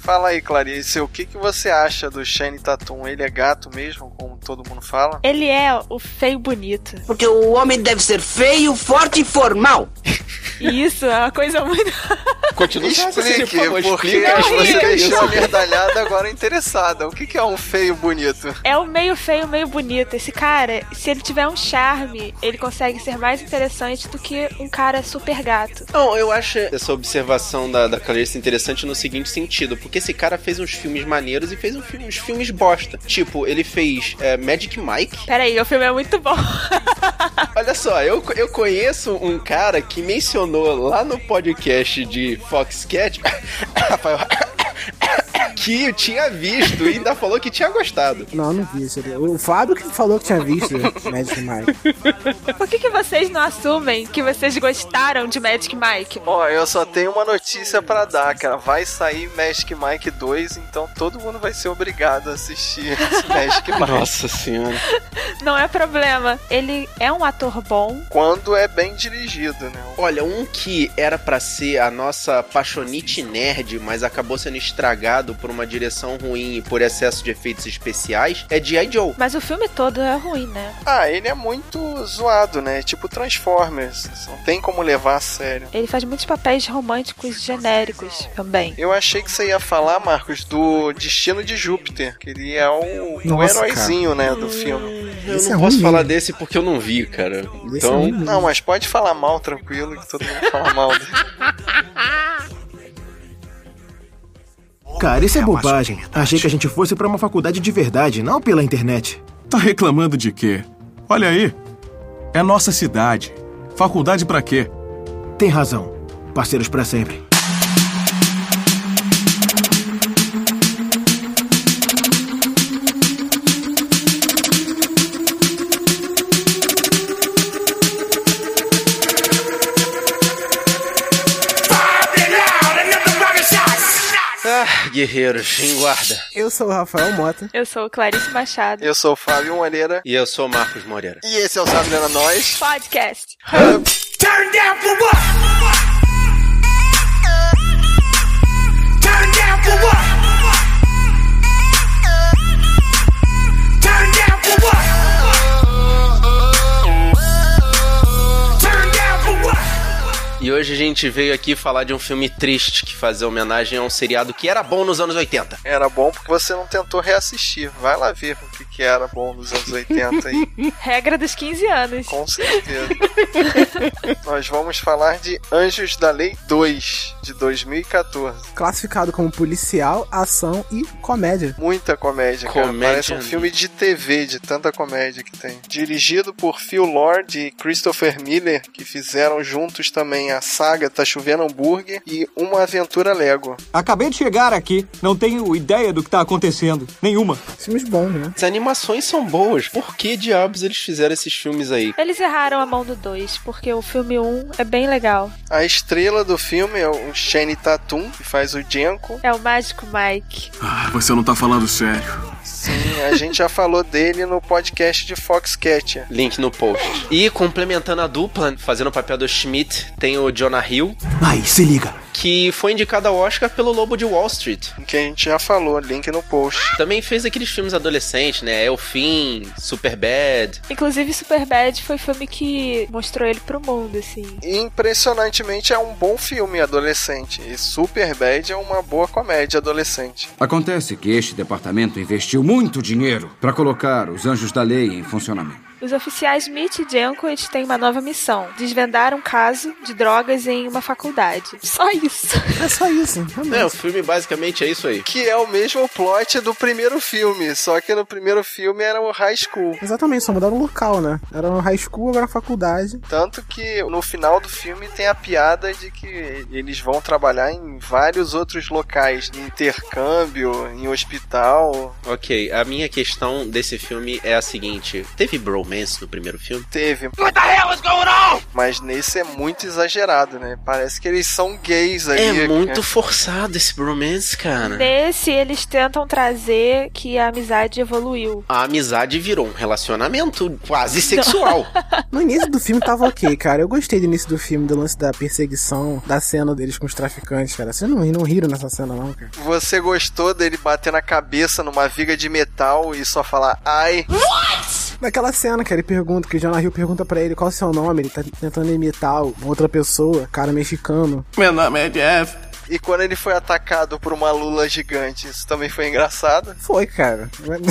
Fala aí, Clarice, o que, que você acha do Shane Tatum? Ele é gato mesmo, como todo mundo fala? Ele é o feio bonito. Porque o homem deve ser feio, forte e formal. Isso, é uma coisa muito. Continua assim, Explique, por favor, porque explica Não, você isso. deixou a merdalhada agora interessada. O que, que é um feio bonito? É o meio feio, meio bonito. Esse cara, se ele tiver um charme, ele consegue ser mais interessante do que um cara super gato. Não, eu acho essa observação da, da Clarice interessante no seguinte sentido, porque esse cara fez uns filmes maneiros e fez um filme- uns filmes bosta. Tipo, ele fez é, Magic Mike. Peraí, o filme é muito bom. Olha só, eu, co- eu conheço um cara que mencionou lá no podcast de Foxcat, Rafael, que eu tinha visto e ainda falou que tinha gostado. Não, não vi isso. O Fábio que falou que tinha visto né, Magic Mike. Por que, que vocês não assumem que vocês gostaram de Magic Mike? Ó, eu só tenho uma notícia pra dar, cara. Vai sair Magic Mike 2, então todo mundo vai ser obrigado a assistir esse Magic Mike. Nossa senhora. Não é problema. Ele é um ator bom. Quando é bem dirigido, né? Olha, um que era pra ser a nossa paixonite nerd, mas acabou sendo estragado por uma direção ruim e por excesso de efeitos especiais, é G.I. Joe. Mas o filme todo é ruim, né? Ah, ele é muito zoado, né? Tipo Transformers. Não tem como levar a sério. Ele faz muitos papéis românticos genéricos também. Eu achei que você ia falar, Marcos, do Destino de Júpiter, que ele é o, o Nossa, heróizinho, né, do filme. Eu Esse não é posso ruim falar mesmo. desse porque eu não vi, cara. Esse é Então, um- Não, mas pode falar mal, tranquilo, que todo mundo fala mal dele. Cara, isso é bobagem. Achei que a gente fosse pra uma faculdade de verdade, não pela internet. Tá reclamando de quê? Olha aí. É nossa cidade. Faculdade pra quê? Tem razão. Parceiros pra sempre. ah, guerreiros, em guarda. Eu sou o Rafael Mota. Eu sou Clarice Machado. Eu sou o Fábio Moreira E eu sou o Marcos Moreira. e esse é o Sabrina Nós. Podcast. Turn down for what? Turn down for what? Turn down for what? Turn down for what? E hoje a gente veio aqui falar de um filme triste que fazia homenagem a um seriado que era bom nos anos 80. Era bom porque você não tentou reassistir. Vai lá ver o que, que era bom nos anos 80 aí. Regra dos 15 anos. Com certeza. Nós vamos falar de Anjos da Lei 2, de 2014. Classificado como policial, ação e comédia. Muita comédia, cara. Comédia. Parece um filme de TV, de tanta comédia que tem. Dirigido por Phil Lord e Christopher Miller, que fizeram juntos também a saga Tá Chovendo Hambúrguer e Uma Aventura Lego. Acabei de chegar aqui, não tenho ideia do que tá acontecendo. Nenhuma. Filmes bons, né? As animações são boas. Por que diabos eles fizeram esses filmes aí? Eles erraram a mão do 2, porque o filme 1 um é bem legal. A estrela do filme é o Shane Tatum, que faz o Jenko. É o Mágico Mike. Ah, você não tá falando sério. Sim, a gente já falou dele no podcast de Foxcatcher. Link no post. E complementando a dupla, fazendo o papel do Schmidt, tem o Jonah Hill, Aí, se liga. que foi indicado ao Oscar pelo Lobo de Wall Street. Que a gente já falou, link no post. Também fez aqueles filmes adolescentes, né? É o Fim, Superbad. Inclusive, Superbad foi o filme que mostrou ele pro mundo, assim. E impressionantemente é um bom filme adolescente. E Superbad é uma boa comédia adolescente. Acontece que este departamento investiu muito dinheiro para colocar os anjos da lei em funcionamento. Os oficiais Mitch e Jankowicz têm uma nova missão: desvendar um caso de drogas em uma faculdade. Só isso. É só isso, É, o realmente. filme basicamente é isso aí. Que é o mesmo plot do primeiro filme, só que no primeiro filme era o high school. Exatamente, só mudaram o local, né? Era no high school, agora faculdade. Tanto que no final do filme tem a piada de que eles vão trabalhar em vários outros locais, em intercâmbio, em hospital. Ok, a minha questão desse filme é a seguinte: teve bro romance no primeiro filme? Teve, What the hell is going on? mas nesse é muito exagerado, né? Parece que eles são gays ali. É muito né? forçado esse romance, cara. Nesse, eles tentam trazer que a amizade evoluiu. A amizade virou um relacionamento quase sexual. No início do filme tava ok, cara. Eu gostei do início do filme, do lance da perseguição, da cena deles com os traficantes, cara. Vocês não, não riram nessa cena, não, cara. Você gostou dele bater na cabeça numa viga de metal e só falar ai? Naquela cena que ele pergunta, que o Jonah Hill pergunta pra ele qual é o seu nome, ele tá tentando imitar uma outra pessoa, cara mexicano. Meu nome é Jeff. E quando ele foi atacado por uma lula gigante, isso também foi engraçado. Foi, cara.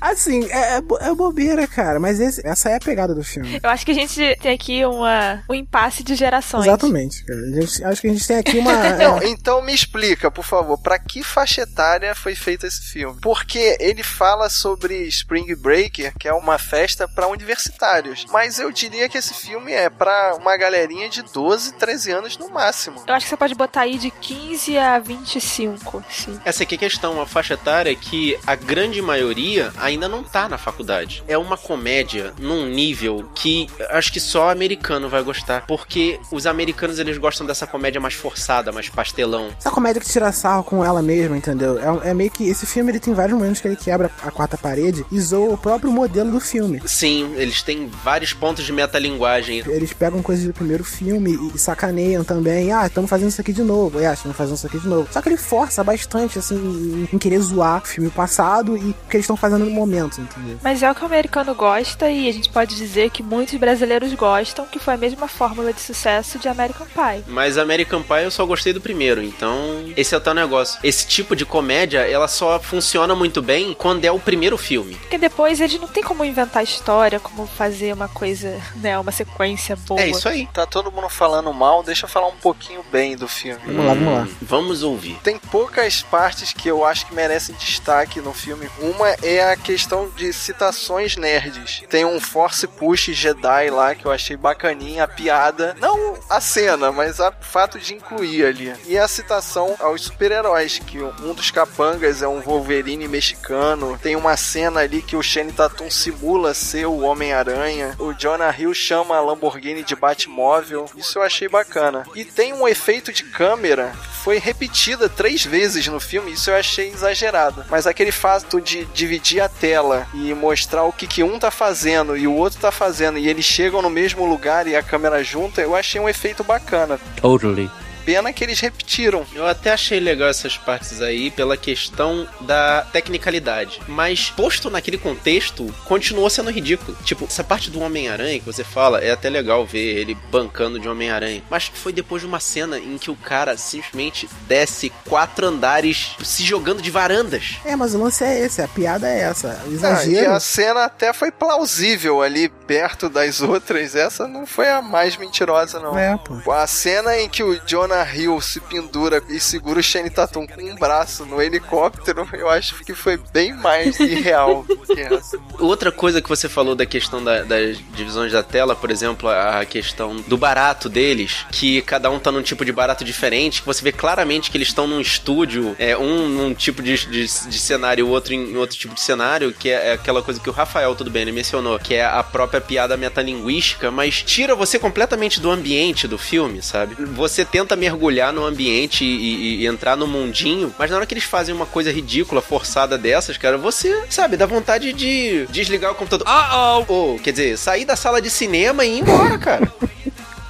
assim, é, é, bo- é bobeira, cara. Mas esse- essa é a pegada do filme. Eu acho que a gente tem aqui uma, um impasse de gerações. Exatamente, cara. A gente- acho que a gente tem aqui uma. Não, é, então me explica, por favor, pra que faixa etária foi feito esse filme? Porque ele fala sobre Spring Breaker, que é uma festa pra universitários, mas eu diria que esse filme é pra uma galerinha de 12, 13 anos no máximo. Eu acho que você pode botar aí de 15 a 25, sim. Essa aqui é a questão, uma faixa etária é que a grande maioria ainda não tá na faculdade. É uma comédia num nível que acho que só americano vai gostar, porque os americanos eles gostam dessa comédia mais forçada, mais pastelão. Essa comédia que tira sarro com ela mesma, entendeu? É, um- é meio que. Esse filme ele tem vários momentos que ele quebra a quarta parede e zoa o próprio modelo do filme. Sim, eles têm vários pontos de metalinguagem. Eles pegam coisas do primeiro filme e- e sacaneiam também. Ah, estamos fazendo isso aqui de novo. Ah, estamos fazendo isso aqui de novo. Só que ele força bastante, assim, em- em querer zoar o filme passado e o que eles estão fazendo no momento, entendeu? Mas é o que o americano gosta e a gente pode dizer que muitos brasileiros gostam, que foi a mesma fórmula de sucesso de American Pie. Mas American Pie eu só gostei do primeiro, então esse é o tal negócio. Esse tipo de comédia, ela só funciona muito bem quando é o primeiro filme. Porque depois eles não tem como inventar história, como fazer uma coisa, né, uma sequência boa. É isso aí. Tá todo mundo falando mal, deixa eu falar um pouquinho bem do filme. Vamos lá, vamos lá. Vamos ouvir. Tem poucas partes que eu acho que merecem destaque no filme. Uma é a questão de citações nerds. Tem um Force Push Jedi lá que eu achei bacaninha, a piada. Não a cena, mas a- o fato de incluir ali. E a citação aos super-heróis, que um dos capangas é um Wolverine mexicano. Tem uma cena ali que o Shane Tatum simula ser o Homem-Aranha. O Jonah Hill chama a Lamborghini de Batmóvel. Isso eu achei bacana. E tem um efeito de câmera foi repetida três vezes no filme, isso eu achei exagerado. Mas aquele fato de dividir a tela e mostrar o que, que um tá fazendo e o outro tá fazendo, e eles chegam no mesmo lugar e a câmera junta, eu achei um efeito bacana. Totally. Pena que eles repetiram. Eu até achei legal essas partes aí pela questão da tecnicalidade. Mas posto naquele contexto, continuou sendo ridículo. Tipo, essa parte do Homem-Aranha que você fala, é até legal ver ele bancando de Homem-Aranha. Mas foi depois de uma cena em que o cara simplesmente desce quatro andares se jogando de varandas. É, mas o lance é esse, a piada é essa. Ah, O e exagero. a cena até foi plausível ali, perto das outras. Essa não foi a mais mentirosa, não. É, pô. A cena em que o Jonah Hill se pendura e segura o Shane Tatum com um braço no helicóptero, eu acho que foi bem mais irreal do que essa. Outra coisa que você falou da questão da- das divisões da tela, por exemplo, a questão do barato deles, que cada um tá num tipo de barato diferente, que você vê claramente que eles estão num estúdio, é, um num tipo de, de, de cenário, o outro em outro tipo de cenário, que é, é aquela coisa que o Rafael, tudo bem, ele mencionou, que é a própria piada metalinguística, mas tira você completamente do ambiente do filme, sabe? Você tenta mergulhar no ambiente e, e- e entrar no mundinho, mas na hora que eles fazem uma coisa ridícula, forçada dessas, cara, você, sabe, dá vontade de desligar o computador. Ah, oh, Ou, quer dizer, sair da sala de cinema e ir embora, cara.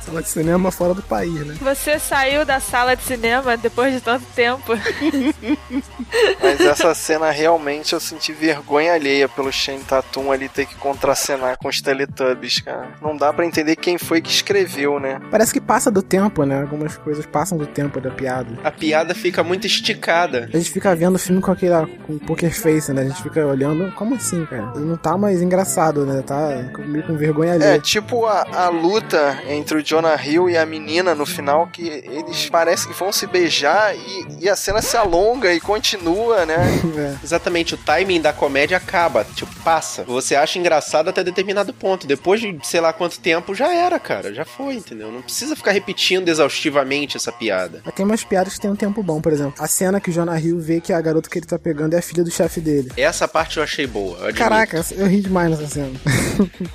Sala de cinema fora do país, né? Você saiu da sala de cinema depois de tanto tempo. Mas essa cena realmente eu senti vergonha alheia pelo Shane Tatum ali ter que contracenar com os Teletubbies, cara. Não dá pra entender quem foi que escreveu, né? Parece que passa do tempo, né? Algumas coisas passam do tempo da piada. A piada fica muito esticada. A gente fica vendo o filme com aquela com poker face, né? A gente fica olhando, como assim, cara? Ele não tá mais engraçado, né? Tá meio com vergonha É, ali. tipo a, a luta entre o Jonah Jonah Hill e a menina no final, que eles parecem que vão se beijar e, e a cena se alonga e continua, né? Exatamente, o timing da comédia acaba, tipo, passa. Você acha engraçado até determinado ponto. Depois de sei lá quanto tempo, já era, cara. Já foi, entendeu? Não precisa ficar repetindo exaustivamente essa piada. Mas Tem umas piadas que tem um tempo bom, por exemplo. A cena que o Jonah Hill vê que a garota que ele tá pegando é a filha do chefe dele. Essa parte eu achei boa. eu admito. Caraca, eu ri demais nessa cena.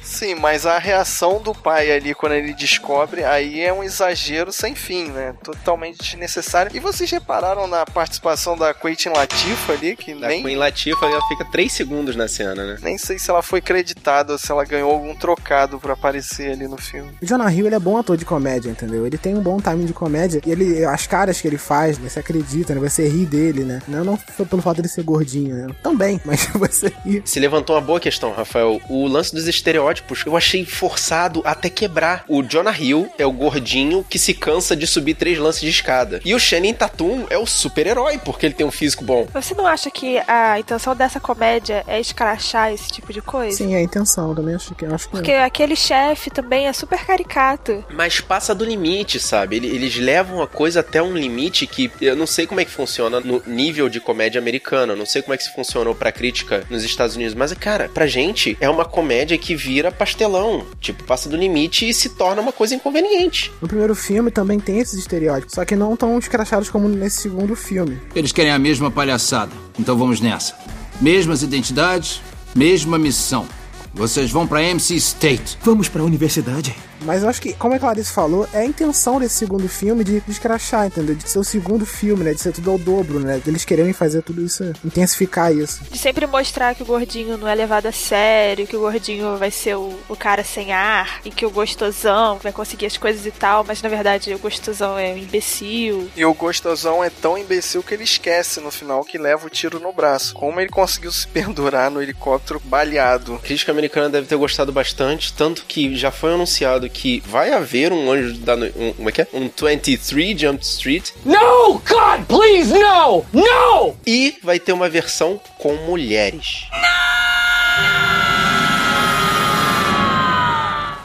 Sim, mas a reação do pai ali quando ele descobre, aí é um exagero sem fim, né? Totalmente desnecessário. E vocês repararam na participação da Quentin Latifa ali, que Da nem Queen Latifah, ela fica 3 segundos na cena, né? Nem sei se ela foi creditada ou se ela ganhou algum trocado pra aparecer ali no filme. O Jonah Hill, ele é bom ator de comédia, entendeu? Ele tem um bom timing de comédia. E ele, as caras que ele faz, né, você acredita, né? Você ri dele, né? Não, não foi pelo fato dele ser gordinho, né? Também, mas você ri. Se levantou uma boa questão, Rafael. O lance dos estereótipos, eu achei forçado até quebrar. O Jonah Hill é o gordinho que se cansa de subir três lances de escada. E o Shannon Tatum é o super-herói, porque ele tem um físico bom. Você não acha que a intenção dessa comédia é escrachar esse tipo de coisa? Sim, é a intenção também, acho que, acho que Porque aquele chefe também é super caricato. Mas passa do limite, sabe? Ele- Eles levam a coisa até um limite que eu não sei como é que funciona no nível de comédia americana, eu não sei como é que se funcionou pra crítica nos Estados Unidos, mas cara, pra gente é uma comédia que vira pastelão, tipo, passa do limite e se torna uma coisa inconveniente. No primeiro filme também tem esses estereótipos, só que não tão escrachados como nesse segundo filme. Eles querem a mesma palhaçada. Então vamos nessa. Mesmas identidades, mesma missão. Vocês vão pra MC State. Vamos pra universidade. Mas eu acho que, como a Clarice falou, é a intenção desse segundo filme de escrachar, entendeu? De ser o segundo filme, né? De ser tudo ao dobro, né? Deles quererem fazer tudo isso, intensificar isso. De sempre mostrar que o gordinho não é levado a sério, que o gordinho vai ser o, o cara sem ar, e que o gostosão vai conseguir as coisas e tal, mas na verdade o gostosão é um imbecil. E o gostosão é tão imbecil que ele esquece no final que leva o tiro no braço. Como ele conseguiu se pendurar no helicóptero baleado? A crítica americana deve ter gostado bastante, tanto que já foi anunciado que vai haver um anjo da noite. Um, como é que é? Um 23 Jump Street. No, God, please, no! No! E vai ter uma versão com mulheres.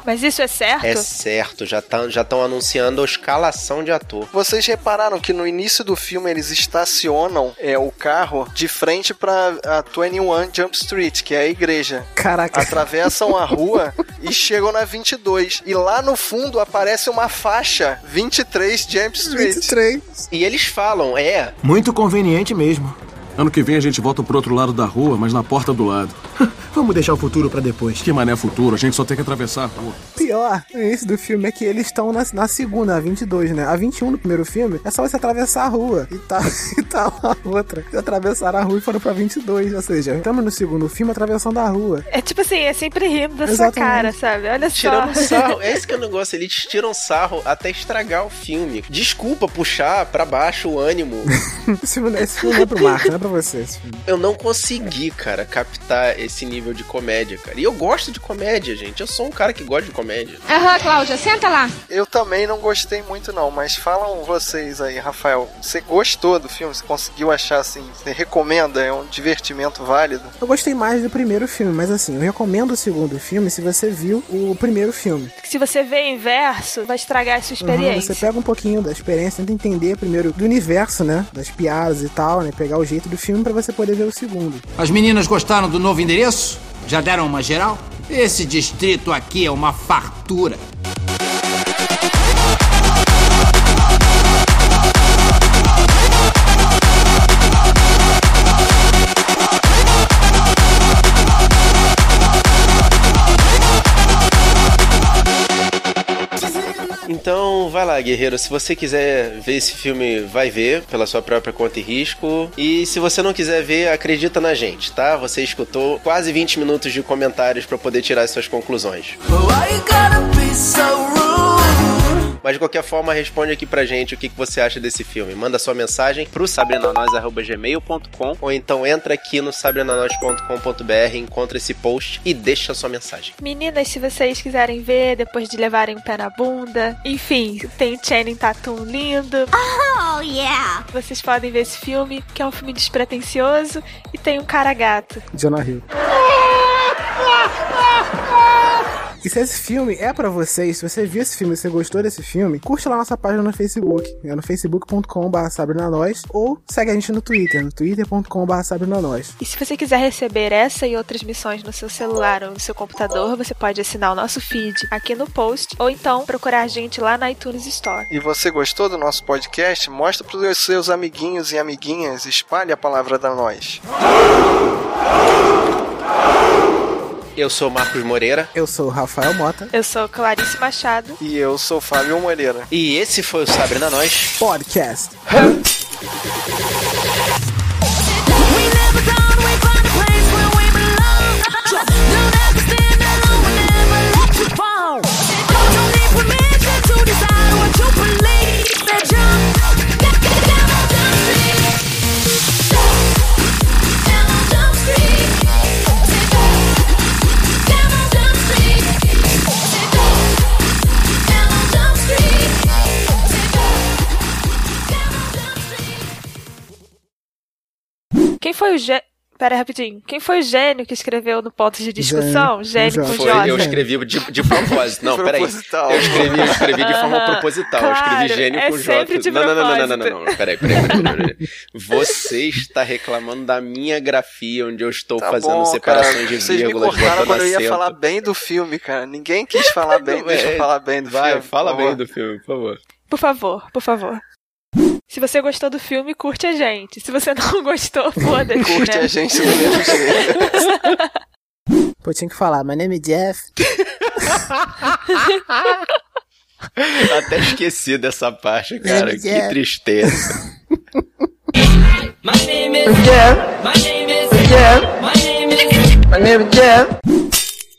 Mas isso é certo? É certo, já estão já tão anunciando a escalação de ator. Vocês repararam que no início do filme eles estacionam é, o carro de frente pra a 21 Jump Street, que é a igreja. Caraca. Atravessam a rua e chegam na 22. E lá no fundo aparece uma faixa 23 Jump Street. 23. E eles falam, é, Muito conveniente mesmo. Ano que vem a gente volta pro outro lado da rua, mas na porta do lado. Vamos deixar o futuro pra depois. Que mané futuro, a gente só tem que atravessar a rua. Pior, no início do filme é que eles estão na, na segunda, a 22, né? A 21 do primeiro filme é só você atravessar a rua e tá, e tá lá a outra. Eles atravessaram a rua e foram pra 22, ou seja, estamos no segundo filme atravessando a rua. É tipo assim, é sempre rindo da sua Exatamente. cara, sabe? Olha tirando só. sarro. Esse que é o negócio, eles tiram sarro até estragar o filme. Desculpa puxar pra baixo o ânimo. Esse filme, não- esse filme não é pro Marco, não é pra você esse filme. Eu não consegui, cara, captar esse nível de comédia, cara. E eu gosto de comédia, gente. Eu sou um cara que gosta de comédia. Aham, Cláudia, senta lá. Eu também não gostei muito não, mas falam vocês aí, Rafael, você gostou do filme? Você conseguiu achar assim? Você recomenda? É um divertimento válido? Eu gostei mais do primeiro filme, mas assim, eu recomendo o segundo filme se você viu o primeiro filme. Se você vê em verso, vai estragar a sua Uhum, experiência. você pega um pouquinho da experiência, tenta entender primeiro do universo, né? Das piadas e tal, né? Pegar o jeito do filme pra você poder ver o segundo. As meninas gostaram do novo endereço? Já deram uma geral? Esse distrito aqui é uma fartura. Então, vai lá, guerreiro. Se você quiser ver esse filme, vai ver, pela sua própria conta e risco. E se você não quiser ver, acredita na gente, tá? Você escutou quase 20 minutos de comentários pra poder tirar suas conclusões. Mas de qualquer forma, responde aqui pra gente o que, que você acha desse filme. Manda sua mensagem pro sabrinanois.gmail.com ou então entra aqui no sabrinanois.com.br, encontra esse post e deixa sua mensagem. Meninas, se vocês quiserem ver, depois de levarem o pé na bunda. Enfim, tem Channing Tatum lindo. Oh, yeah. Vocês podem ver esse filme, que é um filme despretensioso e tem um cara gato. Jonah Hill. E se esse filme é pra vocês, se você viu esse filme, se você gostou desse filme, curte lá nossa página no Facebook. É no facebook.com.br sabrinanois ou segue a gente no Twitter, no twitter.com.br sabrinanois. E se você quiser receber essa e outras missões no seu celular ou no seu computador, você pode assinar o nosso feed aqui no post ou então procurar a gente lá na iTunes Store. E você gostou do nosso podcast? Mostra para os seus amiguinhos e amiguinhas, espalhe a palavra da nós. Eu sou o Marcos Moreira. Eu sou o Rafael Mota. Eu sou Clarice Machado. E eu sou o Fábio Moreira. E esse foi o Sabrina Nós. Podcast. Quem foi o gênio. Pera rapidinho. Quem foi o gênio que escreveu no ponto de discussão? Gênio, com Foi, J. eu escrevi de, de propósito. Não, peraí. Proposital. Eu escrevi, eu escrevi de forma Aham. proposital. eu Claro, escrevi gênio é com sempre de J. não, não, não, não, não, não, propósito. não, não. Peraí, peraí, peraí, peraí, peraí. Você está reclamando da minha grafia, onde eu estou Tá fazendo bom, separações cara. de Vocês me vírgulas, cortaram botando quando eu ia acento. falar bem do filme, cara. Ninguém quis falar bem. Deixa eu É, falar bem do Vai, filme. fala por bem favor. do filme, por favor. Por favor, por favor. Se você gostou do filme, curte a gente. Se você não gostou, foda-se. Curte né? a gente do mesmo jeito. Pô, tinha que falar, my name is Jeff. Até esqueci dessa parte, cara. Pois Que é. tristeza. My name is Jeff. My name is Jeff. My name is My name is Jeff.